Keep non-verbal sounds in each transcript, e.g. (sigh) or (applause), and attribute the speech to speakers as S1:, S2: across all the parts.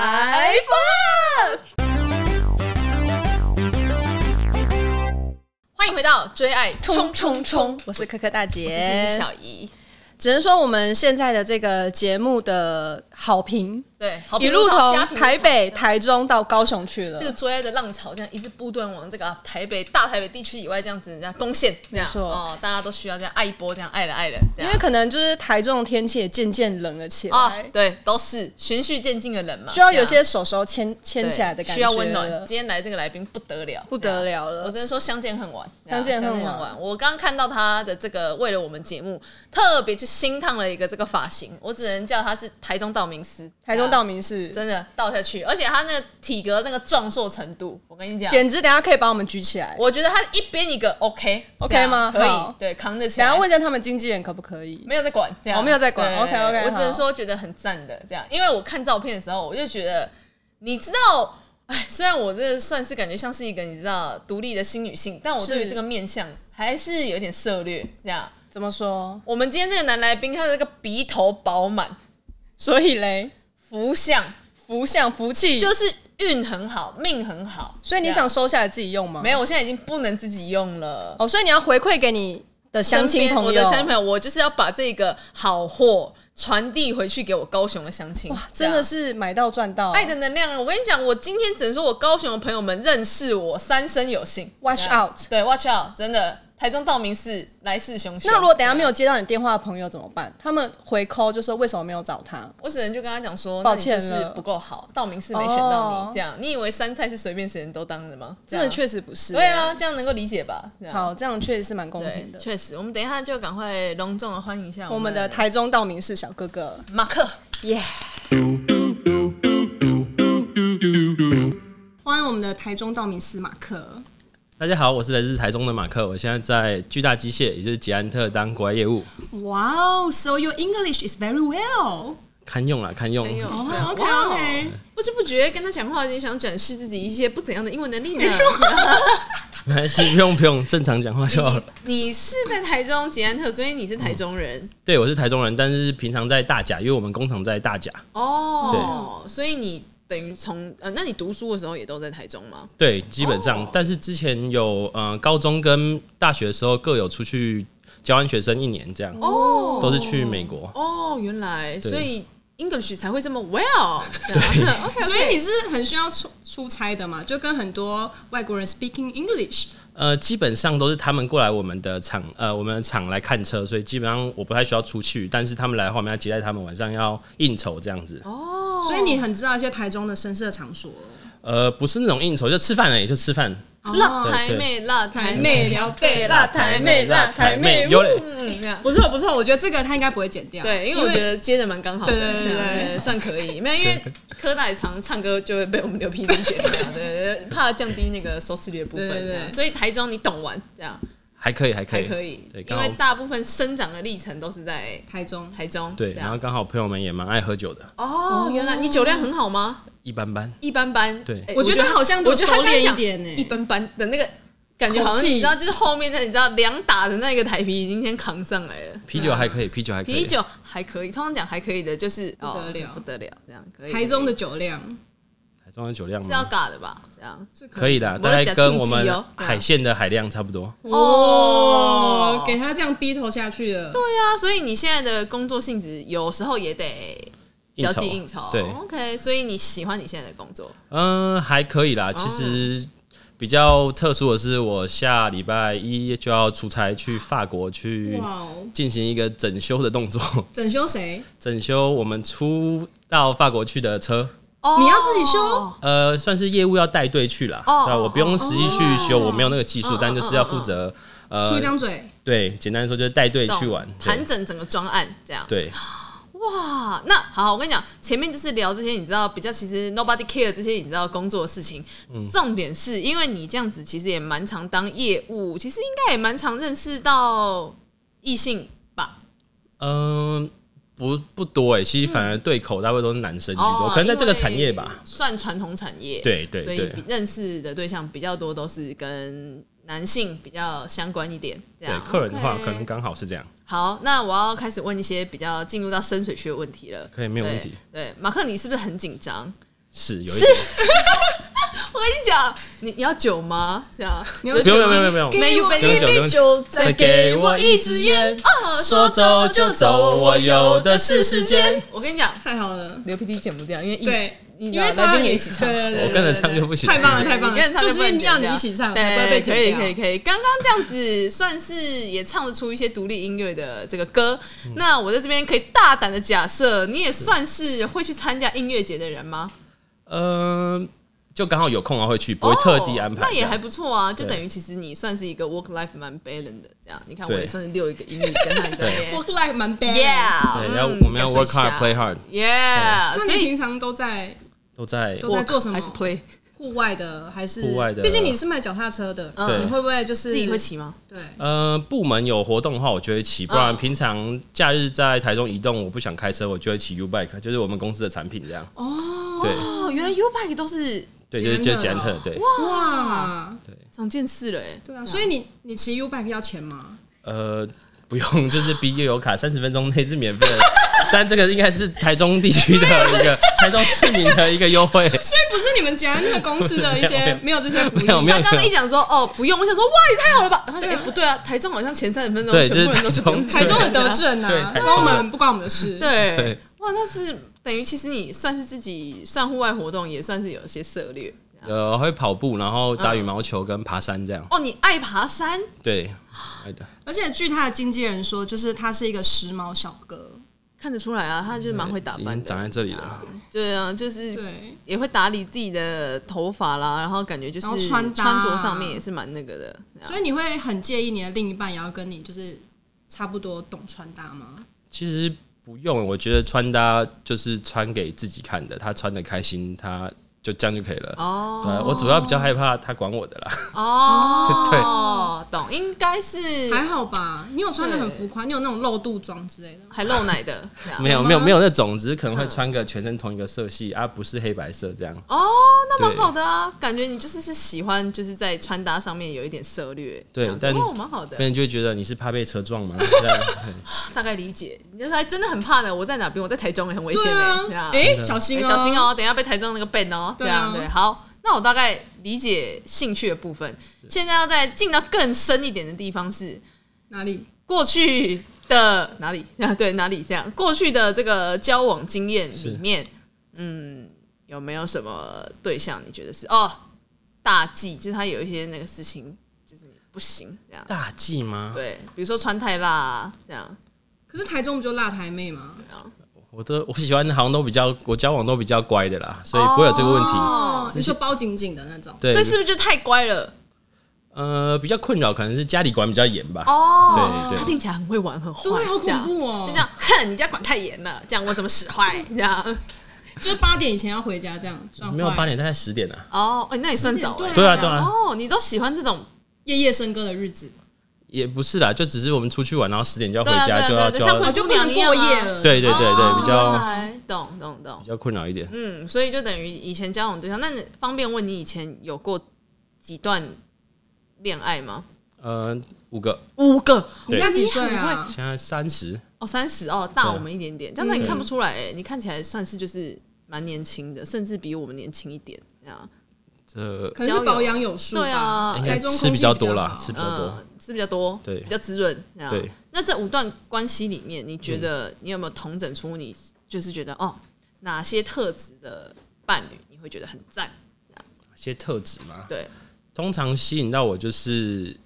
S1: Five Up。
S2: 欢迎回到追爱
S1: 冲
S2: 冲
S1: 冲
S2: 冲
S1: 冲
S2: 冲！！
S1: 我是可可大
S2: 我是自己
S1: 姐，
S2: 小姨，
S1: 只能说我们现在的这个节目的好评，
S2: 对，好
S1: 一路
S2: 比如
S1: 从
S2: 说家庭
S1: 台北、
S2: 日常
S1: 台中到高雄去了。
S2: 这个追爱的浪潮，这样一直不断往这个啊台北大台北地区以外这样子，这样攻陷，这样
S1: 没错
S2: 哦，大家都需要这样爱一波，这样爱了爱了，这
S1: 因
S2: 样
S1: 为可能就是台中的天气也渐渐冷了起来，
S2: 啊，对，都是循序渐进的人嘛，
S1: 需要有
S2: 这样
S1: 些手手牵牵
S2: 对
S1: 起来的感觉，
S2: 需要温暖。今天来这个来宾不得了，啊
S1: 不得了了
S2: 我只能说相见恨晚，
S1: 相见恨晚
S2: 晚。我刚刚看到他的这个，为了我们节目特别去新烫了一个这个发型，我只能叫他是台中道明寺，啊
S1: 台中道明寺，
S2: 真的倒下去，而且他那个体格那个壮硕程度，我跟你讲。
S1: 简直等一下可以把我们举起来。
S2: 我觉得他一边一个 OK
S1: OK
S2: 这样
S1: 吗
S2: 可
S1: 好
S2: 以，对，扛得起
S1: 等一
S2: 来
S1: 下。问一下他们经纪人可不可以？
S2: 没有在管，这样
S1: 哦没有在管
S2: 对
S1: OK，OK，
S2: 我只
S1: 好
S2: 能说觉得很赞的这样，因为我看照片的时候，我就觉得，你知道，哎，虽然我这算是感觉像是一个你知道独立的新女性，但我对于
S1: 是
S2: 这个面相还是有点涉略。这样，
S1: 怎么说？
S2: 我们今天这个男来宾，他的这个鼻头饱满，
S1: 所以嘞，
S2: 福相
S1: 福相福气，
S2: 就是运很好，命很好，
S1: 嗯所以你
S2: 这
S1: 想
S2: 样
S1: 收下来自己用吗？
S2: 没有？我现在已经不能自己用了。
S1: 哦，所以你要回馈给你的相亲朋友，
S2: 我的相亲朋友，我就是要把这个好货传递回去给我高雄的相亲，
S1: 哇，真的是买到赚到。
S2: 这样爱的能量啊！我跟你讲，我今天只能说我高雄的朋友们认识我，三生有幸。
S1: Watch
S2: 这样
S1: out
S2: 对，watch out，真的，台中道明寺来势汹汹。
S1: 那如果等一下没
S2: 有，
S1: 有接到你电话的朋友怎么办？他们回扣就说为什么没有找他？
S2: 我只能就跟他讲说，
S1: 抱歉
S2: 那你就是
S1: 了
S2: 不够好，道明寺没选到
S1: 哦
S2: 你。这样，你以为山菜是随便谁人都当的吗？
S1: 真的
S2: 这样
S1: 确实不是、
S2: 对啊，这样能够理解吧？这样，
S1: 好，这样确实是蛮公
S2: 对
S1: 平，的。
S2: 确实，我们等一下就赶快隆重的欢迎一下
S1: 我们的台中道明寺小哥哥，
S2: 马克。
S1: 耶、欢迎我们的台中道明寺马克。
S3: 大家好，我是来自台中的马克，我现在在巨大机械，也就是捷安特当国外业务，
S1: Wow, so your English is very well.
S3: 堪用啦，堪用。 (laughs)
S2: 很有
S1: 哦
S2: 对啊
S1: OK，
S2: 哇
S1: OK
S2: 不知不觉跟他讲话，有点想展示自己一些不怎样的英文能力呢。
S3: 没关系，哎不用不用，正常讲话就好了。
S2: 你是在台中捷安特，所以你是台中人
S3: 对，我是台中人，但是平常在大甲，因为我们工厂在大甲。
S1: 嗯
S2: 哦，所以你等于从呃，那你读书的时候也都在台中吗？
S3: 对，基本上，
S2: 哦
S3: 但是之前有呃高中跟大学的时候各有出去交换学生一年，这样、
S1: 嗯
S2: 哦
S3: 都是去美国。
S2: 哦，原来
S3: 对
S2: 所以 English 才会这么
S1: (laughs)
S2: well，对 (laughs) ，OK，
S1: 所以你是很需要出出差的嘛？就跟很多外国人 speaking English，
S3: 呃，基本上都是他们过来我们的厂，呃，我们的厂来看车，所以基本上我不太需要出去，但是他们来的话，我们要接待他们，晚上要应酬这样子。
S2: 哦，
S1: 所以你很知道一些台中的深色场所。
S3: 呃，不是那种应酬，就吃饭而已，就吃饭。
S2: 辣
S1: 哦，
S2: 台妹，辣台
S1: 妹
S2: 妹，
S1: 聊对辣台妹辣台妹
S3: 有嘞
S2: 嗯，这样。
S1: 不错不错，我觉得这个他应该不会剪掉。
S2: 对，因为我觉得接的蛮刚好的，
S1: 对对对对
S2: 这样算可以。没有，因为科大也常唱歌就会被我们牛皮筋剪掉，对对对，怕降低那个收视率的部分，
S1: 对对对
S2: 这样所以台中你懂玩，这样
S3: 还可以，还可
S2: 还
S3: 以，
S2: 可以，
S3: 对，
S2: 因
S3: 刚
S2: 为
S3: 好
S2: 大部分生长的历程都是在
S1: 台中
S2: 台中，
S3: 对，
S2: 这
S3: 然后
S2: 样。
S3: 刚好朋友们也蛮爱喝酒的，
S2: 哦，原来你酒量很好吗？
S3: 一般般。
S2: 一般般，
S3: 对
S2: 哎
S1: 我觉得好像
S2: 我觉得他
S1: 收
S2: 刚才
S1: 敛
S2: 讲
S1: 一点呢
S2: 一般般的那个。感觉好
S1: 口
S2: 像
S1: 气
S2: 你知道，就是后面的你知道两打的那个台啤已经先扛上来了，
S3: 啤酒还可以，啤酒还可以。
S2: 啤酒还可以，通常讲还可以的，就是不
S1: 不得了
S2: 不得了，这样可以。
S1: 台中的酒量
S3: 台中的酒量
S2: 是要
S3: 吗？
S2: 尬的吧？这样
S1: 是
S3: 可以
S1: 的。
S3: 的，
S2: 我
S3: 大
S2: 在
S3: 概
S2: 讲
S3: 跟我
S2: 庆忌
S3: 们
S2: 哦对啊
S3: 海鲜的海量差不多。
S1: 哦
S2: 哦，
S1: 给他这样逼头下去了。
S2: 对啊，所以你现在的工作性质有时候也得交际应酬，
S3: 对，
S2: ，OK，所以你喜欢你现在的工作
S3: 嗯，还可以
S2: 哦
S3: 啦。其实比较特殊的是，我下礼拜一就要出差去法国去
S1: 哇哦，
S3: 进行一个整修的动作， (laughs)
S1: 整修谁？
S3: 整修我们出到法国去的车。
S2: 哦
S1: 你要自己修
S3: 呃，算是业务要带队去啦，
S2: 哦
S3: 对啊，我不用实际去修，我没有那个技术
S2: 嗯，
S3: 但就是要负责
S1: 出一
S3: 呃，
S1: 张嘴。
S3: 对，简单说就是带队
S2: 懂
S3: 去玩，
S2: 盘
S3: 对
S2: 整整个专案这样。
S3: 对，
S2: 哇，那好，我跟你讲，前面就是聊这些，你知道比较其实 nobody care 这些你知道工作的事情。
S3: 嗯
S2: 重点是因为你这样子其实也蛮常当业务，其实应该也蛮常认识到异性吧？
S3: 嗯，不不多哎，其实反而对口大部分都是男生居多，可能在这个产业吧，，
S2: 哦算传统产业，
S3: 对对
S2: 所以
S3: 对
S2: 比认识的对象比较多都是跟男性比较相关一点，这
S3: 对
S2: 样。
S3: 客人的话
S2: OK
S3: 可能刚好是这样，
S2: 好，那我要开始问一些比较进入到深水区的问题了。
S3: 可以没有问题，
S2: 对，对马克，你是不是很紧张？
S3: 是有一点，
S2: 我跟你讲，你你要酒吗？这样
S1: 你
S2: 有
S1: 要
S3: 不用
S2: 酒
S3: 不用
S2: 精
S3: 不用不用，
S2: 没有
S3: 不用
S2: 杯
S3: 酒不用
S4: 酒
S3: 再给我一支烟，
S2: 啊，
S3: 说走就走，我有的是时间。。
S2: 我跟你讲，
S1: 太好了，
S2: 刘 PD 剪不掉，因为一
S1: 对，
S2: 你
S1: 因为
S2: 来宾也一
S1: 你
S2: 起唱。
S1: 对对对
S3: 我
S1: 对
S3: 跟着
S1: 对
S3: 唱
S1: 对
S3: 就不行
S1: 太棒了太棒
S2: 你跟
S1: 了，
S2: 着唱
S1: 就是
S2: 不能
S1: 要你
S2: 剪
S1: 一起唱，
S2: 掉
S1: 才不会被
S2: 对，可以
S1: 剪
S2: 可以
S1: 掉。
S2: 可以。刚刚这样子算是也唱得出一些独立音乐的这个歌。那我在这边可以大胆的假设，你也算是会去参加音乐节的人吗？
S3: 嗯，就刚好有空啊会去，不会特地安
S2: 哦
S3: 排这样。
S2: 那也还不错啊。就
S3: 对
S2: 等于其实你算是一个 work life 蛮 balance 的，这样你看我
S3: 对
S2: 也算是六一个音域跟他在
S1: Work life 蛮 bad。
S2: Yeah，
S3: 对
S2: 嗯
S3: 要我们要
S2: 睡
S3: work hard,
S2: 下
S3: play hard
S2: Yeah，
S1: 那
S2: 所
S1: 你
S2: 以
S1: 平常都在
S3: 都在
S1: 都在
S2: work
S1: 做什么
S2: 还是 play？
S1: 户外的还是
S3: 户外的
S1: 毕竟你是卖脚踏车的，
S2: 嗯
S1: 你会不会就是
S2: 自己会？骑吗？
S1: 对，
S3: 呃，部门有活动的话，我就会骑；不然平常假日在台中移动，我不想开车，我就会骑 U Bike，就是我们公司的产品这样。哦，对
S2: 哦，原来 U bike 都是
S3: 对，就是就是
S1: Jenter
S3: 特对，
S1: 哇，
S2: 长见识了哎。
S1: 对啊，所以你你骑 U bike 要钱吗？
S3: 呃，不用，就是 B 悠游卡三十分钟内是免费的。 (laughs) 但这个应该是台中地区的一个台中市民的一个优惠，
S1: 所以不是你们家那个公司的一些没
S3: (laughs) 没
S1: 有这些福利
S3: 没，有没有
S2: 他刚刚一讲说哦不用，我想说哇也太好了吧，然后就哎不对啊，台中好像前三十分钟
S3: 对
S2: 全部人都是不用
S3: 就是
S1: 台中的德
S2: 治，
S1: 政
S3: 对
S1: 啊，
S3: 台
S1: 不
S3: 中
S1: 关我们不关我们的事。
S2: 对
S3: 对，
S2: 哇那是等于其实你算是自己算户外活动，也算是有些涉猎。
S3: 呃，会跑步，然后打羽毛球跟爬山这样。
S2: 哦，你爱爬山，
S3: 对，哎的
S1: 而且据他的经纪人说，就是他是一个时髦小哥，
S2: 看得出来啊，他就是蛮会打
S3: 嗯已
S2: 扮
S3: 经长
S2: 的。
S3: 在这里了。
S2: 对啊，就是
S1: 对，
S2: 也会打理自己的头发啦，然后感觉就是
S1: 然后穿搭
S2: 穿着上面也是蛮那个的。这样
S1: 所以你会很介意你的另一半也要跟你就是差不多懂穿搭吗？
S3: 其实不用，我觉得穿搭就是穿给自己看的，他穿的开心，他就这样就可以了。
S2: 哦啊
S3: 对，我主要比较害怕他管我的啦。 (laughs)
S2: 哦，懂，应该是
S1: 还好吧，你有穿的很浮夸，你有那种露肚装之类的吗。
S2: 还露奶的，这样
S3: 没有
S1: 吗
S3: 没有没有那种，只是可能会穿个全身同一个色系啊，不是黑白色这样。
S2: 哦，那蛮好的啊，感觉你就是是喜欢，就是在穿搭上面有一点涉略，
S3: 对
S2: 这样子
S3: 但
S2: 哦，蛮好的
S3: 别，人就会觉得你是怕被车撞吗？这样
S2: (laughs) 大概理解。你就是还真的很怕呢，我在哪边？我在台中也很危险
S1: 对
S2: 呢
S1: 啊，
S2: 这样，
S1: 哎，小心
S2: 哎
S1: 哦，
S2: 小心哦，等一下被台中那个 ban 哦，这
S1: 对啊
S2: 样对，好。那我大概理解兴趣的部分，现在要再进到更深一点的地方是，
S1: 哪里？
S2: 过去的哪里 (laughs) 啊？对，哪里这样？过去的这个交往经验里面，嗯，有没有什么对象你觉得是哦大忌？就是他有一些那个事情，就是你不行这样。
S3: 大忌吗？
S2: 对，比如说穿太辣、啊、这样，
S1: 可是台中不就辣台妹吗？
S3: 我都我喜欢的好像都比较，我交往都比较乖的啦，所以不会有这个问题。
S2: 哦
S1: 你说包紧紧的那种，
S3: 对
S2: 所以，是不是就太乖了？
S3: 呃，比较困扰可能是家里管比较严吧。
S2: 哦，
S3: 对对
S2: 他听起来很会玩，很坏，
S1: 对，好
S2: 这
S1: 恐
S2: 样。
S1: 怖哦
S2: 就这！样，哼，你家管太严了，这样我怎么使坏？这样， (laughs)
S1: 就是八点以前要回家，这样算
S3: 没有
S1: 坏
S3: 八点，大概十点啊。
S2: 哦，哎，那也算早
S1: 对
S2: 哎。
S3: 对啊，对啊，
S2: 哦，你都喜欢这种
S1: 夜夜笙歌的日子，
S3: 也不是啦，就只是我们出去玩，然后十点就要回
S2: 对啊
S3: 家，就
S2: 对
S3: 要
S2: 啊对啊
S3: 就
S2: 像
S3: 要
S2: 会
S1: 我就不能过夜了。
S3: 对对对对，比
S2: 哦原
S3: 较
S2: 来懂懂懂
S3: 比，较困扰一点。
S2: 嗯，所以就等于以前交往对象，那你方便问你以前有过几段恋爱吗？
S3: 呃，五个，
S2: 五个，
S1: 你现在几岁啊？
S3: 现在三十，
S2: 哦，三十哦，大我们一点点，这样子你看不出来、欸，你看起来算是就是蛮年轻的，甚至比我们年轻一点，这样
S3: 这
S1: 可能是保养有术吧
S2: 对啊
S3: 应
S1: 台
S3: 该
S1: 中
S3: 吃
S1: 空气
S3: 比较多啦
S1: 好，
S3: 吃比较多
S2: 嗯。，是比较多，
S3: 对
S2: 比较滋润，这样
S3: 对。嗯
S2: 那这五段关系里面，你觉得你有没有统整出你就是觉得哦，哪些特质的伴侣你会觉得很赞？
S3: 哪些特质嘛，
S2: 对，
S3: 通常吸引到我就是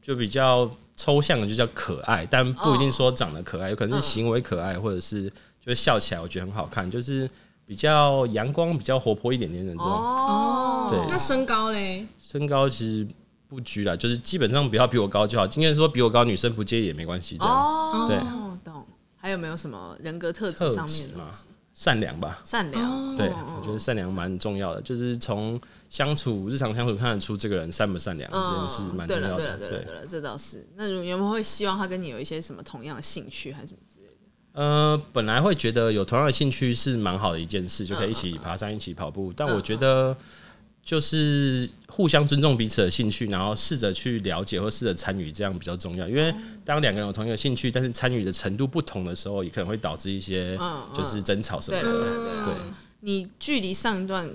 S3: 就比较抽象的，就叫可爱，但不一定说长得可
S2: 嗯
S3: 爱，有可能是行为可爱，或者是就是笑起来我觉得很好看，就是比较阳光、比较活泼一点点的这种。
S2: 哦
S3: 对
S1: 那身高嘞？
S3: 身高其实不拘啦，就是基本上不要比我高就好。今天说比我高，女生不介意也没关系，这样
S2: 哦，
S3: 对
S2: 懂。还有没有什么人格特质
S3: 特
S2: 上
S3: 质
S2: 面的
S3: 嘛
S2: 东西？，
S3: 善良吧。
S2: 善良，
S3: 对，
S2: 哦
S3: 我觉得善良蛮重要的，就是从相处日常相处看得出这个人善不善良，这件事蛮重
S2: 嗯对了，
S3: 要
S2: 对了，
S3: 的。
S2: 对了，对了，这倒是。那你有没有会希望他跟你有一些什么同样的兴趣，还是什么
S3: 嗯
S2: 之类的？
S3: 呃，本来会觉得有同样的兴趣是蛮好的一件事，就可以一
S2: 嗯
S3: 起爬山、一起跑步。但我觉得就是互相尊重彼此的兴趣，然后试着去了解或试着参与，这样比较重要。因
S2: 哦
S3: 为当两个人有同一个兴趣，但是参与的程度不同的时候，也可能会导致一些
S2: 嗯嗯
S3: 就是争吵什么
S2: 对了，对嗯
S3: 的。
S2: 了，对了。你距离上一段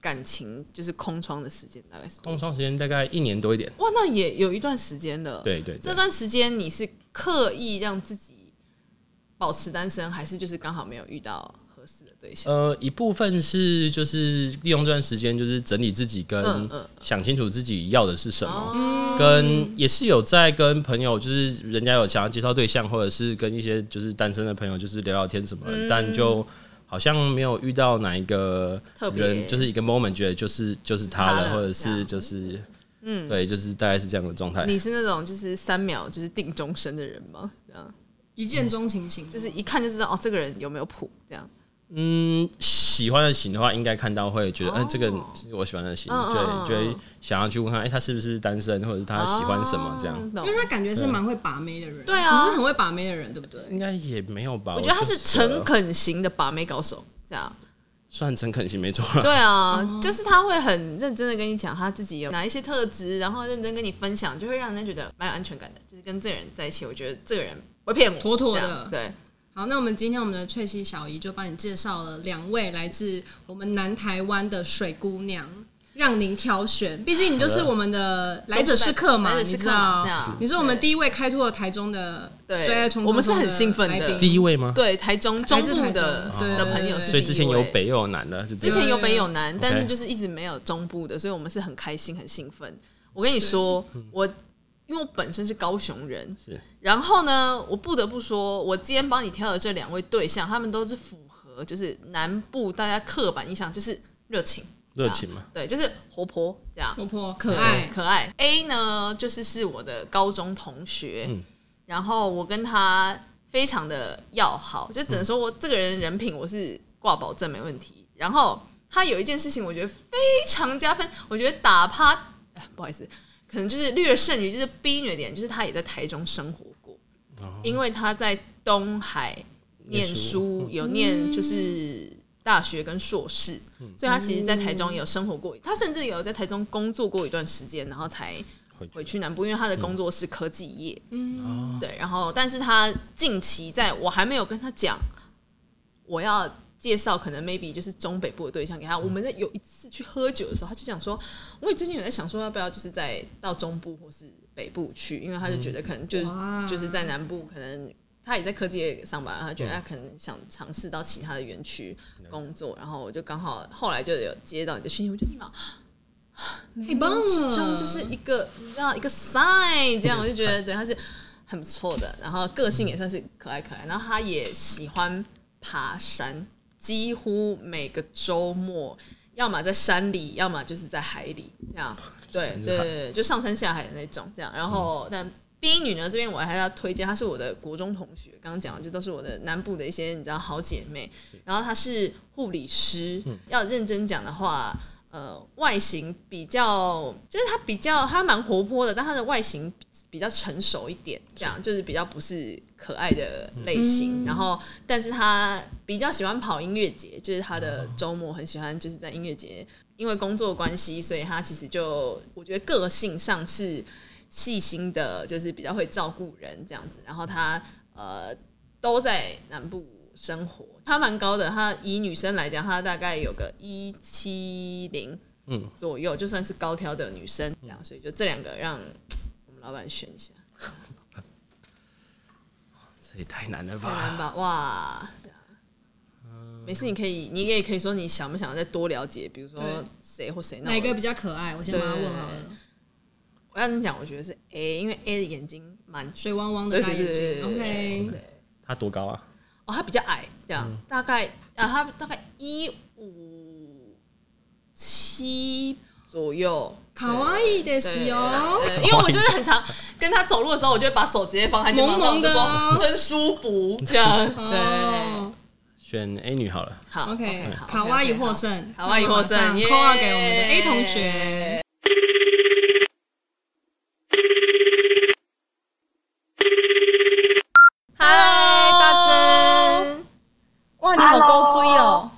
S2: 感情就是空窗的时间大概是多
S3: 空窗时间大概一年多一点。
S2: 哇，那也有一段时间了。，
S3: 对对
S2: 这
S3: 对，
S2: 段时间你是刻意让自己保持单身，还是就是刚好没有遇到合适的对象？
S3: 呃，一部分是就是利用这段时间，就是整理自己，
S2: 嗯
S3: 跟
S2: 嗯
S3: 想清楚自己要的是什么。
S2: 哦，
S3: 跟也是有在跟朋友，就是人家有想要介绍对象，或者是跟一些就是单身的朋友，就是聊聊天什么的，
S2: 嗯
S3: 但就好像没有遇到哪一个
S2: 特别
S3: 人，就是一个 moment 觉得就是就是他
S2: 他
S3: 了，
S2: 了
S3: 或者
S2: 这
S3: 是
S2: 样
S3: 就是嗯，对，就是大概是这样的状态。
S2: 你是那种就是三秒就是定终身的人吗？这样
S1: 一见钟情型，
S2: 就是一看就知道哦，这个人有没有谱？这样
S3: 嗯，喜欢的型的话，应该看到会觉得，哎、
S2: 哦
S3: 这个是我喜欢的型，
S2: 嗯嗯嗯
S3: 对，就会想要去问看，哎、他是不是单身，或者是他喜欢什么这样。
S2: 哦懂
S1: 因为他感觉是蛮会把妹的人。
S2: 对啊
S1: 你是很会把妹的人，对不对？
S3: 应该也没有吧？
S2: 我觉得他是
S3: 就
S2: 诚，恳型的把妹高手，这样。
S3: 算诚恳型没错啦。
S2: 对啊，就是他会很认真的跟你讲他自己有哪一些特质，然后认真跟你分享，就会让人家觉得蛮有安全感的。就是跟这个人在一起，我觉得这个人不会骗我，
S1: 妥妥的
S2: 这样对，
S1: 好，那我们今天我们的翠西小姨就帮你介绍了两位来自我们南台湾的水姑娘，让您挑选。毕竟你就是我们的来者是客嘛，
S2: 来者
S1: 你
S2: 是
S1: 知
S2: 客嘛，
S1: 道，
S2: 这样。
S1: 你是我们
S2: 对
S1: 第一位开拓台中的
S2: 对
S1: 最爱冲冲冲的
S2: 我们是很兴奋的
S1: 来宾
S3: 第一位吗？
S2: 对台中中
S1: 来自
S2: 部
S1: 台中
S2: 的
S1: 对
S2: 的朋友是
S3: 所以
S2: 第
S3: 之
S2: 一
S3: 前有
S2: 位
S3: 北又有南的，就这
S2: 之
S3: 样
S2: 前有北
S1: 对
S2: 有南，但是
S3: OK
S2: 就是一直没有中部的，所以我们是很开心、很兴奋。我跟你说，我因为我本身是高雄人
S3: 是，
S2: 然后呢，我不得不说，我今天帮你挑的这两位对象，他们都是符合就是南部大家刻板印象，就是热情，
S3: 热情嘛，
S2: 对，就是活泼这样。
S1: 婆婆可爱，
S2: 可爱。A 呢，就是是我的高中同学，
S3: 嗯
S2: 然后我跟他非常的要好，就只能说我这个人人品我是挂保证没问题。然后他有一件事情，我觉得非常加分，我觉得打趴，呃不好意思，可能就是略胜于就是 B 女的点，就是他也在台中生活过，因为他在东海哦念
S3: 念
S2: 书，嗯有念就是大学跟硕士，所以他其实在台中也有生活过，他甚至有在台中工作过一段时间，然后才
S3: 回
S2: 回去南部，因为他的工作是科技业，嗯，对，然后但是他近期在我还没有跟他讲，我要。介绍可能 maybe 就是中北部的对象给他。
S1: 嗯
S2: 我们在有一次去喝酒的时候，他就讲说，我也最近有在想说要不要就是在到中部或是北部去，因为他就觉得可能就是
S1: 哇
S2: 就是在南部可能他也在科技业上班，他觉得他可能想尝试到其他的园区工作，然后我就刚好后来就有接到你的讯息，我就立马
S1: 太棒啊了，
S2: 之中就是一个你知道一个 sign，这样我就觉得对他是很不错的，然后个性也算是可爱可爱，然后他也喜欢爬山，几乎每个周末。要么在山里，要么就是在海里，这样对
S3: 山
S2: 对
S3: 海
S2: 对，就上山下海的那种，这样。然后，但 B 女呢这边我还要推荐，她是我的国中同学，刚刚讲的就都是我的南部的一些你知道好姐妹。然后她是嗯护理师，要认真讲的话，呃，外形比较就是她比较她蛮活泼的，但她的外形比较成熟一点，这样就是比嗯较不是可爱的类型。然后，但是她比较喜欢跑音乐节，就是她的周末很喜欢就是在音乐节，因为工作关系，所以她其实就我觉得个性上是。细心的，就是比较会照顾人这样子。然后她呃都在南部生活，她蛮高的。她以女生来讲，她大概有个一七零
S3: 嗯
S2: 左右，就算是高挑的女生这样。所以就这两个让我们老板选一下，
S3: 这也太难了
S2: 太难
S3: 吧？
S2: 吧？哇！对啊没事，你可以，你也可以说你想不想要再多了解，比如说
S1: 对
S2: 谁或谁。那
S1: 哪一
S2: 我
S1: 个比较可爱？我先把它问好了，
S2: 我要跟你讲，我觉得是 A，因为 A 的眼睛蛮
S1: 水汪汪的大眼睛，OK，
S3: 他多高啊？
S2: 哦，他比较矮，这样、大概啊，他大概一五七左右。
S1: 卡哇伊的是哦，
S2: 对，因为我就是很常跟他走路的时候，我就会把手直接放在肩膀上，
S1: 萌
S2: 我
S1: 萌
S2: 就
S1: 的
S2: 说
S1: 哦
S2: 真舒服这样。对，
S1: 哦
S3: 选 A 女好了，
S2: 好
S1: OK，
S2: 好
S1: 卡哇伊
S2: OK，好
S1: 获胜，
S2: 卡哇伊获胜耶
S1: 扣二给我们的 A 同学。
S2: 嗨，大珍，
S4: 哇，你好高追哦！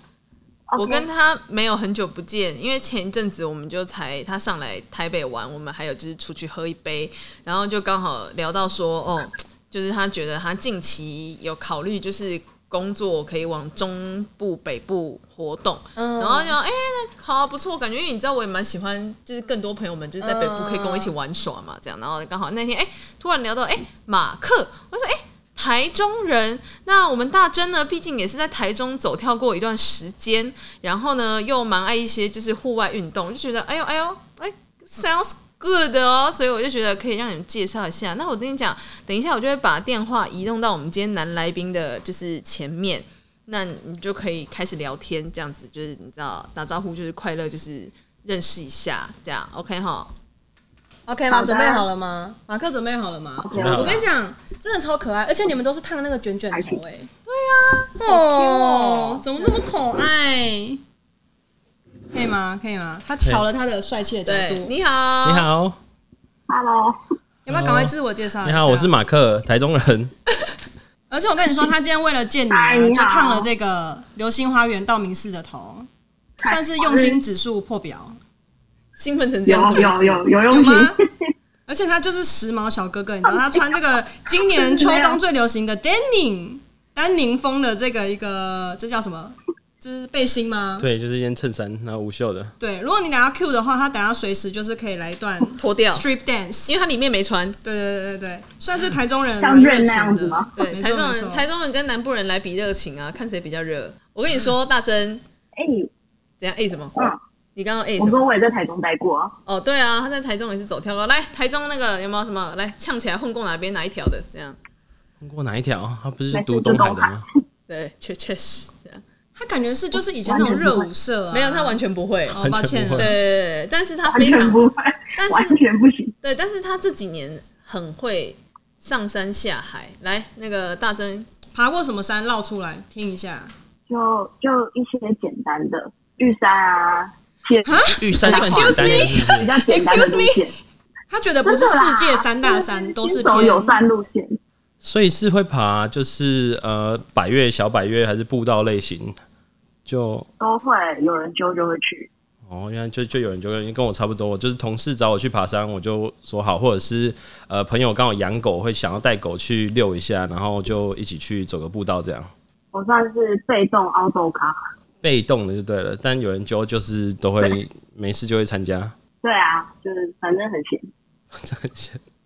S2: 我跟他没有很久不见，因为前一阵子我们就才他上来台北玩，我们还有就是出去喝一杯，然后就刚好聊到说，哦，就是他觉得他近期有考虑就是工作可以往中部、北部活动，
S4: 嗯
S2: 然后就哎、那好、不错，感觉因为你知道我也蛮喜欢，就是更多朋友们就是在北部可以跟我一起玩耍嘛，这样，然后刚好那天哎、突然聊到哎、马克，我说哎。台中人，那我们大珍呢，毕竟也是在台中走跳过一段时间，然后呢又蛮爱一些就是户外运动，就觉得哎呦哎呦哎，sounds good 哦，所以我就觉得可以让你们介绍一下。那我跟你讲，等一下我就会把电话移动到我们今天男来宾的就是前面，那你就可以开始聊天，这样子就是你知道打招呼就是快乐，就是认识一下，这样 OK 哈？
S1: OK 吗？
S4: 好的
S1: 准备好了吗？马克准备好了吗？
S3: 准备好了
S1: 我跟你讲，真的超可爱，而且你们都是烫那个卷卷头哎、对啊，
S2: 好 Q 哦
S1: 怎么那么可爱？可以吗？可以吗？他瞧了他的帅气的角
S2: 对
S1: 度，，
S2: 你好，
S3: 你，
S2: 哦
S3: 好，
S4: Hello，
S1: 要不要赶快自我介绍一下？
S3: 你好，我是马克，台中人。
S1: 而且我跟你说，他今天为了见你、啊
S4: 嗨，你好
S1: 就烫了这个流星花园道明寺的头，算是用心指数破表，
S2: 兴奋成这样
S4: 有
S2: 是不是
S4: 有有有
S1: 有
S4: 用
S1: 吗 (laughs)
S4: 心，？
S1: 而且他就是时髦小哥哥，你知道，他穿这个今年秋冬最流行的 denim 丹宁风的这个一个，这叫什么？这是背心吗？
S3: 对，就是一件衬衫，然后无袖的。
S1: 对，如果你等下 Q 的话，他等下随时就是可以来一段
S2: 脱掉，
S1: strip dance，
S2: 因为它里面没穿。
S1: 对对对对对，算是台中人
S4: 像
S1: 蛮热
S4: 润那
S1: 情
S4: 样
S1: 的
S4: 子吗
S2: 对，
S1: 没
S2: 台
S1: 错
S2: 中
S1: 没
S2: 人，
S1: 错
S2: 台中人跟南部人来比热情啊，看谁比较热。我跟你说，大珍
S4: 哎、你
S2: 怎样 A 什么？
S4: 嗯，
S2: 你刚刚 A 什
S4: 我
S2: 么？
S4: 说我也在台中待过啊，
S2: 哦，对啊，他在台中也是走跳高。来，台中那个有没有什么来呛起来混过哪边哪一条的？这样
S3: 通过哪一条？他不是读东海的吗？
S2: 对，确确实这样。
S1: 他感觉是就是以前那种热舞社啊，
S2: 没有，他完全不会。
S1: 哦，抱歉，
S3: 完全不
S2: 对
S3: 会
S2: 对，对但是他
S4: 完
S2: 非
S4: 全
S2: 常
S4: 不会，
S2: 但是
S4: 完全不行。
S2: 对，但是他这几年很会上山下海。来，那个大珍，
S1: 爬过什么山？绕出来听一下。
S4: 就就一些简单的玉山啊，些
S3: 玉山算简单的，是不
S4: 比
S3: 是？
S4: 较简单的
S1: Excuse
S4: 路线，
S1: 他觉得不是
S4: 真的啦
S1: 世界三大山，
S4: 就是
S1: 都是
S4: 新手
S1: 偏
S4: 友善路线，
S3: 所以是会爬，就是呃，百越、小百越还是步道类型？就
S4: 都会有人揪就会去。
S3: 哦，原来就就有人就跟跟我差不多，就是同事找我去爬山，我就说好，或者是呃朋友刚好养狗，会想要带狗去遛一下，然后就一起去走个步道这样。
S4: 我算是被动凹豆咖，
S3: 被动的就对了，但有人揪就是都会没事就会参加。
S4: 对啊，就是反正很闲。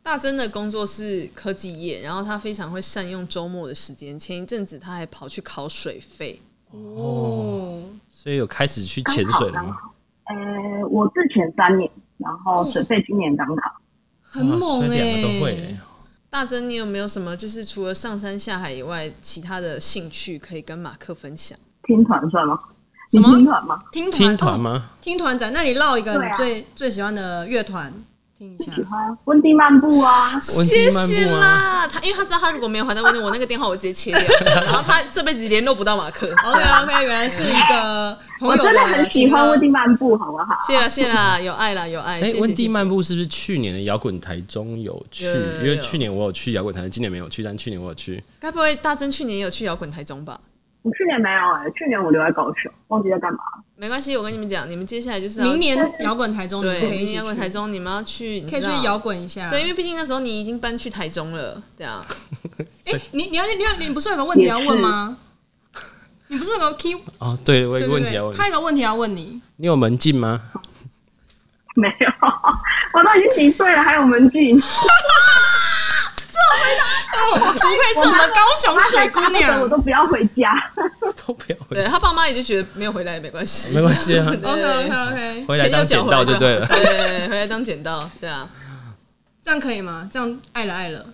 S2: 大珍的工作是科技业，然后他非常会善用周末的时间。前一阵子他还跑去考水费，
S1: 哦，
S3: 所以有开始去
S4: 刚
S3: 潜
S4: 考
S3: 水了
S4: 刚
S3: 吗？
S4: 好，呃，我之前三年，然后水费今年刚考。
S1: 很猛
S3: 所以
S1: 哎、
S3: 两个都会、欸。
S2: 大珍，你有没有什么就是除了上山下海以外，其他的兴趣可以跟马克分享？
S4: 听团算吗？
S1: 什
S4: 你
S1: 么
S4: 听团吗？
S1: 听
S3: 听
S1: 团
S3: 团
S1: 哦
S3: 吗？
S1: 听团仔，那你唠一个
S4: 对啊
S1: 你最、最喜欢的乐团，听一下
S4: 喜。欢温蒂漫步啊，
S3: 温
S2: 谢
S3: 蒂漫步
S2: 谢
S3: 啊，
S2: 啦，他因为他知道他如果没有还在问我那个电话，我直接切掉，然后他这辈子联络不到马克。
S1: OK OK，原来是一个朋
S4: 我
S1: 友啊
S4: 真的很喜
S1: 情
S4: 欢
S1: 歌
S4: 温蒂漫步，好不好？
S2: 谢啦谢啦，有爱啦有爱。
S3: 哎
S2: 谢，谢
S3: 温蒂漫。
S2: 谢谢
S3: 步是不是去年的摇滚台中有去？
S2: 有有有
S3: 因为去年我有去摇滚台，今年没有去，但去年我有去。
S2: 该不会大珍去年也有去摇滚台中吧？
S4: 我去年没有哎、去年我留在高雄，忘记在干嘛。 (laughs)
S2: 没关系，我跟你们讲，你们接下来就是要
S1: 明年摇滚台中，你们
S2: 对，
S1: 可以
S2: 明
S1: 一起
S2: 年摇滚台
S1: 去，
S2: 中，你们要去，你
S1: 可以
S2: 知
S1: 去
S2: 道
S1: 摇滚一下。
S2: 对，因为毕竟那时候你已经搬去台中了，
S1: (laughs)
S2: 对啊。
S1: 哎、你你要你要你不是有个问题要问吗？你不是有个 key
S3: 哦，对，我
S1: 对对
S3: 有个问题要
S1: 对，
S3: 问你，
S1: 他有个问题要问你，
S3: 你有门
S2: (laughs)
S3: 禁吗？
S4: 没有， (laughs) 我都已经几岁了，还有门禁。
S1: 哦，不愧是我们高雄水姑
S4: 那
S1: 娘
S4: 个我。都不要回家。 (laughs)
S3: 都不要回
S2: 对
S3: 家，
S2: 他爸妈也就觉得没有回来也没关系，
S3: (laughs) 没关
S2: (laughs)
S3: 系啊，
S1: OK OK OK，
S3: 回来
S2: 钱
S3: 当
S2: 有
S3: 捡
S2: 捡
S3: 到就对
S2: 对
S3: 了。
S2: (laughs) 对，回来当捡到，对啊，
S1: 这样可以吗？这样爱了爱了。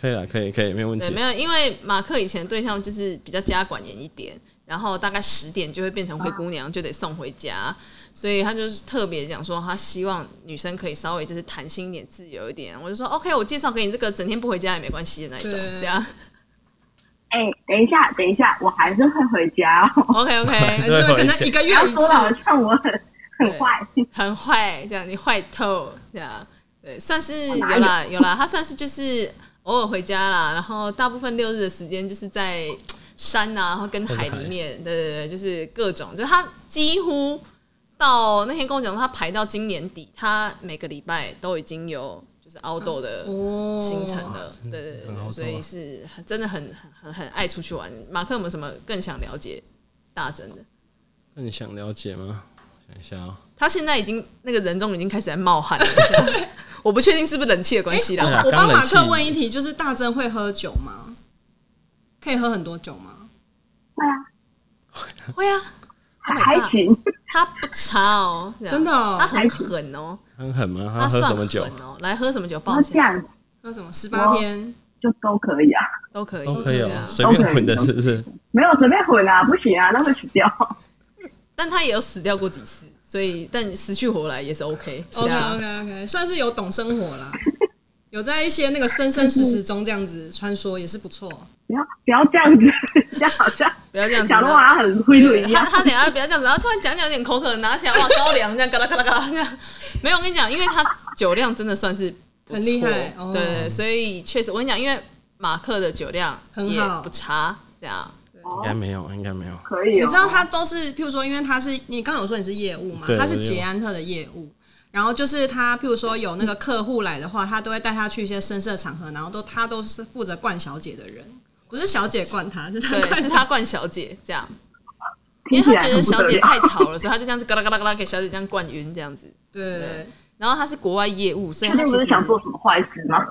S3: 可以了，可以，可以，没有问
S2: 对，
S3: 题
S2: 没。有，因为马克以前的对象就是比较家管严一点，然后大概十点就会变成灰姑娘，就得送回家，所以他就是特别讲说，他希望女生可以稍微就是弹性一点、自由一点。我就说 OK，我介绍给你这个整天不回家也没关系的那一种，
S1: 对
S2: 对啊
S4: 哎、等一下，等一下，我还是会回家、哦。
S2: (laughs) ，OK
S3: 还
S1: (laughs)
S2: OK，
S3: 是会
S1: 可
S3: 回
S1: 能
S3: 家
S1: 一个
S4: 不
S1: 月
S4: 要
S1: 一
S4: 说的好
S1: 次。
S4: 像我很很坏。
S2: 很坏，这样你坏透，这样对，算是有
S4: 哪
S2: 啦有啦，他算是就是偶尔回家啦，然后大部分六日的时间就是在山啊，然后跟海里面，对对对，就是各种，就是他几乎到那天跟我讲说，他排到今年底，他每个礼拜都已经有就是凹豆的
S1: 哦，
S2: 形成的，对对对
S3: 很
S2: 对，
S3: 好做
S2: 所以是很真的很很很很爱出去玩。马克有没有什么更想了解大真的？
S3: 那你想了解吗？想一下啊、
S2: 他现在已经那个人中已经开始在
S1: (laughs)
S2: 冒汗了，我不确定是不是冷气的关系啦。
S3: 对啊
S1: 我帮
S3: 刚冷
S1: 马克
S3: 气
S1: 问一题，就是大真会喝酒吗？可以喝很多酒吗？
S4: (laughs) 对啊，
S2: 会啊，Oh my
S4: 还
S2: God
S4: 行，
S2: 他不差哦，这样
S1: 真的哦
S2: 他很狠哦，
S3: 很狠吗？
S2: 他
S3: 他喝
S2: 算
S3: 什
S2: 狠
S3: 么酒？
S2: 哦？来喝什么酒？
S4: 然后
S2: 抱
S4: 这
S2: 歉，
S4: 样
S1: 喝什么？十八天？
S4: 就都可以啊，
S2: 都可以，
S3: 都可以哦、
S2: 啊。
S3: 随便混的是不是？
S4: 没有随便混啊，不行啊，那会死掉。 (laughs)
S2: 但他也有死掉过几次，所以但死去活来也是 OK。是
S1: OK
S2: 啊，
S1: OK OK，算是有懂生活啦，有在一些那个生生死死中这样子穿梭也是不错。
S4: 不要不要这样子， (laughs) 这样好像
S2: 不要这样子
S4: 讲的话很贿赂一样
S2: 他。他等一下不要这样子，然后突然讲讲有点口渴，拿起来哇高粱这样嘎啦嘎啦嘎啦这样。没有，我跟你讲，因为他酒量真的算是不错
S1: 很厉害哦
S2: 对，所以确实我跟你讲，因为马克的酒量
S1: 很
S2: 也
S1: 好
S2: 不差，这
S4: (laughs)
S2: 样
S3: 应该没有，应该没有。
S4: 可以、哦，
S1: 你知道他都是，譬如说，因为他是你刚刚有说你是业务嘛，
S3: 对
S1: 他是捷安特的业务。然后就是他，譬如说有那个客户来的话，他都会带他去一些深色场合，然后都他都是负责灌小姐的人，不是小姐灌他，是他灌
S2: 对，是他灌小姐这样，因
S4: (laughs) 听
S2: 为
S4: 起
S2: 他觉得
S4: 来很不
S2: 小
S4: 得
S2: 姐
S4: 了。
S2: 太吵了，所以他就这样子嘎啦嘎啦嘎啦给小姐这样灌晕这样子。
S1: 对
S2: 对然后他是国外业务，所以
S4: 确
S2: 他
S4: 定
S2: 其
S4: 不
S2: 实
S4: 是想做什么坏事吗？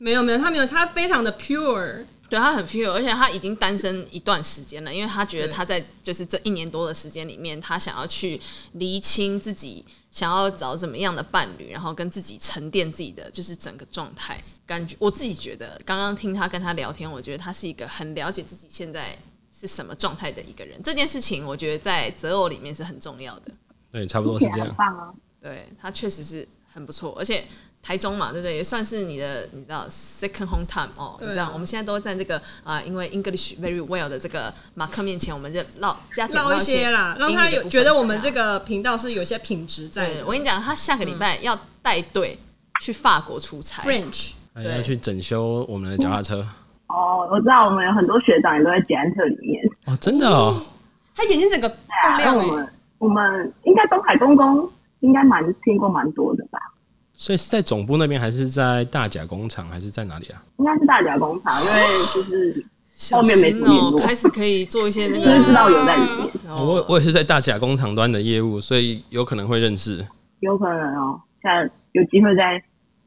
S1: 没有没有，他没有，他非常的 pure，
S2: 对他很 pure，而且他已经单身一段时间了，因为他觉得
S1: 对
S2: 他在就是这一年多的时间里面，他想要去厘清自己想要找怎么样的伴侣，然后跟自己沉淀自己的就是整个状态。感觉我自己觉得，刚刚听他跟他聊天，我觉得他是一个很了解自己现在是什么状态的一个人。这件事情，我觉得在择偶里面是很重要的。
S3: 对，差不多是
S4: 听起
S3: 这
S4: 来
S3: 样。
S4: 很棒啊！
S2: 对他确实是很不错，而且台中嘛，对不对？也算是你的，你知道 second home time 哦，
S1: 对啊
S2: 你知道我们现在都在这个啊、因为 English very well 的这个马克面前，我们就唠加减
S1: 绕一些
S2: 些
S1: 啦，让他有觉得我们这。个频道是有些品质在
S2: 对，
S1: 的。
S2: 我跟你讲，他下个礼拜要带队去法国出差。
S1: French
S3: 还哎要去整修我们的脚踏车
S4: (laughs) 哦，我知道我们有很多学长也都在捷安特里面，
S3: 哦，真的哦，
S1: 他眼睛整个
S4: 啊
S1: 放
S4: 那
S1: 亮
S2: 欸
S1: 哎、
S4: 我们我们应该东海公公应该蛮听过蛮多的吧？
S3: 所以是在总部那边，还是在大甲工厂，还是在哪里啊？
S4: 应该是大甲工厂，因为就是
S2: 小
S4: 后面没什
S2: 心
S4: 么
S2: 哦
S4: 联，络
S2: 开始可以做一些那
S4: 因为知
S2: 个。
S4: 道有在里面，
S2: 哦
S3: (laughs) 我我也是在大甲工厂端的业务，所以有可能会认识。
S4: 有可能哦，下有机会再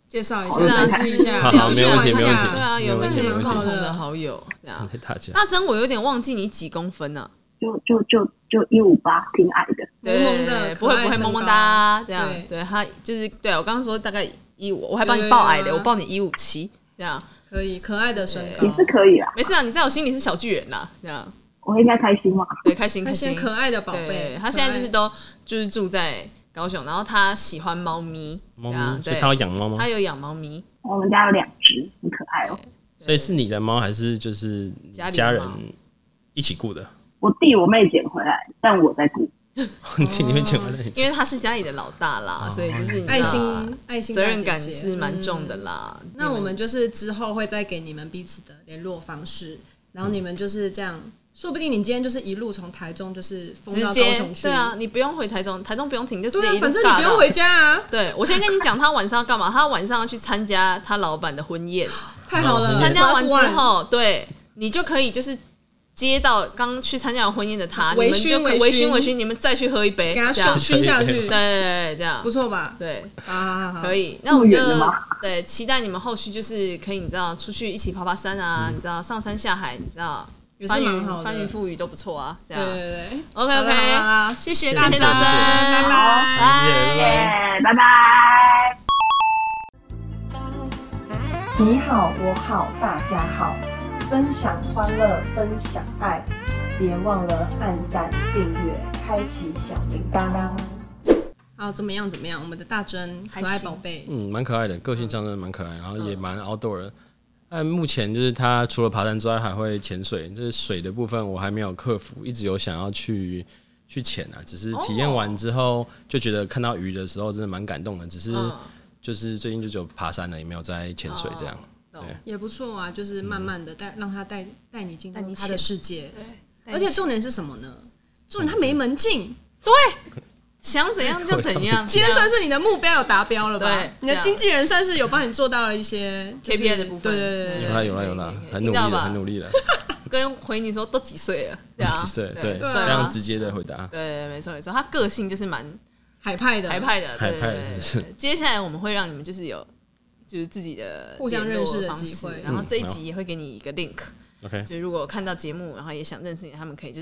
S1: 介绍一
S4: 好的
S1: 下，认识一下，
S3: 好
S2: 聊
S3: 没
S2: 一下
S3: 问题
S2: 一下
S3: 没问题
S2: 对啊，有
S3: 没
S2: 一
S3: 问题
S2: 些
S3: 没问
S2: 共
S3: 题
S2: 同的好友，这样。
S3: 大
S2: (laughs)
S3: 甲
S2: 大真，我有点忘记你几公分了、啊。
S4: 就就就就一五八，挺矮的，
S1: 萌萌的，
S2: 不会不会萌啊萌哒，这样
S1: 对
S2: 对他就是对我刚刚说大概一五，我还帮
S1: 对
S2: 你
S1: 啊
S2: 报矮的，我报你一五七，这样
S1: 可以可爱的身
S2: 嗯
S4: 也
S1: 高
S4: 是，可以啊。
S2: 没事啊，你在我心里是小巨人啦，这样
S4: 我应该开心吗？
S2: 对，开心
S1: 他
S2: 开
S1: 先
S2: 心，
S1: 可爱的宝贝
S2: 对，，他现在就是
S1: 可爱
S2: 都就是住在高雄，然后他喜欢猫咪，这
S3: 猫
S2: 样
S3: 咪，所以
S2: 对
S3: 他，要养猫吗
S2: 他？有养猫咪，
S4: 我们家有两只，很可爱哦。
S3: 所以是你的猫，还是就是你
S2: 家里的
S3: 家人
S2: 猫
S3: 一起雇的？ (laughs)
S4: 我弟我妹捡回来，但我在顾。
S3: 你自己里面捡回来？
S2: 因为他是家里的老大啦，
S3: 哦
S2: 所以就是你知道
S1: 爱心爱心大
S2: 责
S1: 姐姐
S2: 任感是蛮重的啦。
S1: 那我们就是之后会再给你们彼此的联络方式，然后你们就是这样，说不定你今天就是一路从台中就是疯
S2: 直
S1: 嗯到高
S2: 接
S1: 雄去，
S2: 对啊，，你不用回台中，台中不用停，就直
S1: 对
S2: 接
S1: 啊
S2: 一，路
S1: 反正你
S2: 尬
S1: 不
S2: 到
S1: 用回家啊，
S2: 对，我先跟你讲，他晚上要干嘛？他晚上要去参加他老板的
S1: (laughs)
S2: 婚宴，
S1: 太好了，
S3: 嗯
S2: 参加完
S1: Plus
S2: 之
S1: one
S2: 后，对你就可以就是接到刚去参加完婚宴的他，你
S1: 微
S2: 们就
S1: 醺
S2: 可
S1: 微
S2: 微
S1: 醺
S2: 醺微醺，你们再去喝一杯，
S1: 给他
S2: 这
S1: 熏
S2: 样，
S1: 熏下去，
S2: 对，对对这样
S1: 不，错吧？
S2: 对，
S1: 啊，
S2: 可
S1: 以，
S2: 以。那我们就
S4: 这么远的吗
S2: 对期待你们后续就是可以，你知道出去一起爬爬山啊，你知道上山下海，你知道
S1: 嗯也是
S2: 翻
S1: 蛮
S2: 云
S1: 好的
S2: 翻云覆雨都不错啊，这
S1: 对对
S2: 样。
S1: 对对。
S2: OK
S1: 好
S2: OK，
S1: 啦好啦，谢谢大家，
S2: 谢谢大
S3: 家
S2: 真，
S1: 拜拜。
S2: 拜
S3: 谢谢拜拜，
S4: 耶拜拜。
S5: 你好，我好，大家好，分享欢乐，分享爱，别忘了按赞、订阅、开启小铃铛。
S1: 好，怎么样？怎么样？我们的大真可
S2: 还
S1: 爱
S2: 行
S1: 宝贝，
S3: 嗯，蛮可爱的，个性上真的蛮可爱，然后
S2: 嗯
S3: 也蛮 outdoor 的。但目前就是他除了爬山之外，还会潜水。就是水的部分我还没有克服，一直有想要去去潜啊。只是体验完之后就觉得看到鱼的时候真的蛮感动的。只是
S2: 哦嗯
S3: 就是最近就只有爬山了，也没有在潜水这样。
S2: 哦懂
S3: 对
S1: 也不错啊。就是慢慢的带，让他带带你进
S2: 嗯带
S1: 入
S2: 你
S1: 他的
S2: 潜
S1: 世界。
S2: 对
S1: 而且重点是什么呢？重点他没门禁，
S2: 对，想怎样就怎样。
S1: 今天
S2: 这
S1: (laughs) 算
S2: 样
S1: 是你的目标有达标了吧
S2: 对？啊
S1: 你的
S2: 这样
S1: 经纪人算是有帮你做到了一些就是
S2: KPI 的部分嗯
S1: 对对对
S3: 有
S1: 对
S3: 啦有啦有啦
S2: 可以可以可，以听
S3: 很努力
S2: 到
S3: 了，
S2: 吧
S3: 很努力了，
S2: 跟回你说都几岁了，对啊，
S3: (laughs) 几岁？对，
S2: 对
S3: 非
S1: 啊
S3: 常直接的回答。
S2: 对，没错没错，他个性就是蛮
S1: 海派的
S2: 海派的，对
S3: 海
S2: 对
S3: 派
S2: 对
S3: 是
S2: 对对接下来我们会让你们就是有就是自己的
S1: 互相
S2: 联络
S1: 认识的
S2: 方式
S1: 机会
S2: 然后
S3: 嗯
S2: 这一
S3: 好
S2: 集也会给你一个 link，
S3: OK，
S2: 就如果看到节目，然后也想认识你，他们可以就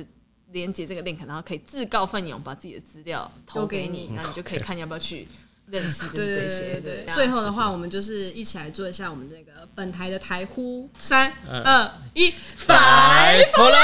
S2: 连接这个 link，然后可以自告奋勇把自己的资料投
S1: 都给
S2: 给你
S1: 你，
S2: 那你就可以看要不要去认识，就
S1: 对
S2: 是
S1: 对
S2: 这
S1: 对
S2: 些。
S1: 对
S2: 对，啊
S1: 对。最后的话，我们就是一起来做一下我们这个本台的台呼，三
S3: 嗯
S1: 二一，
S3: 白福乐，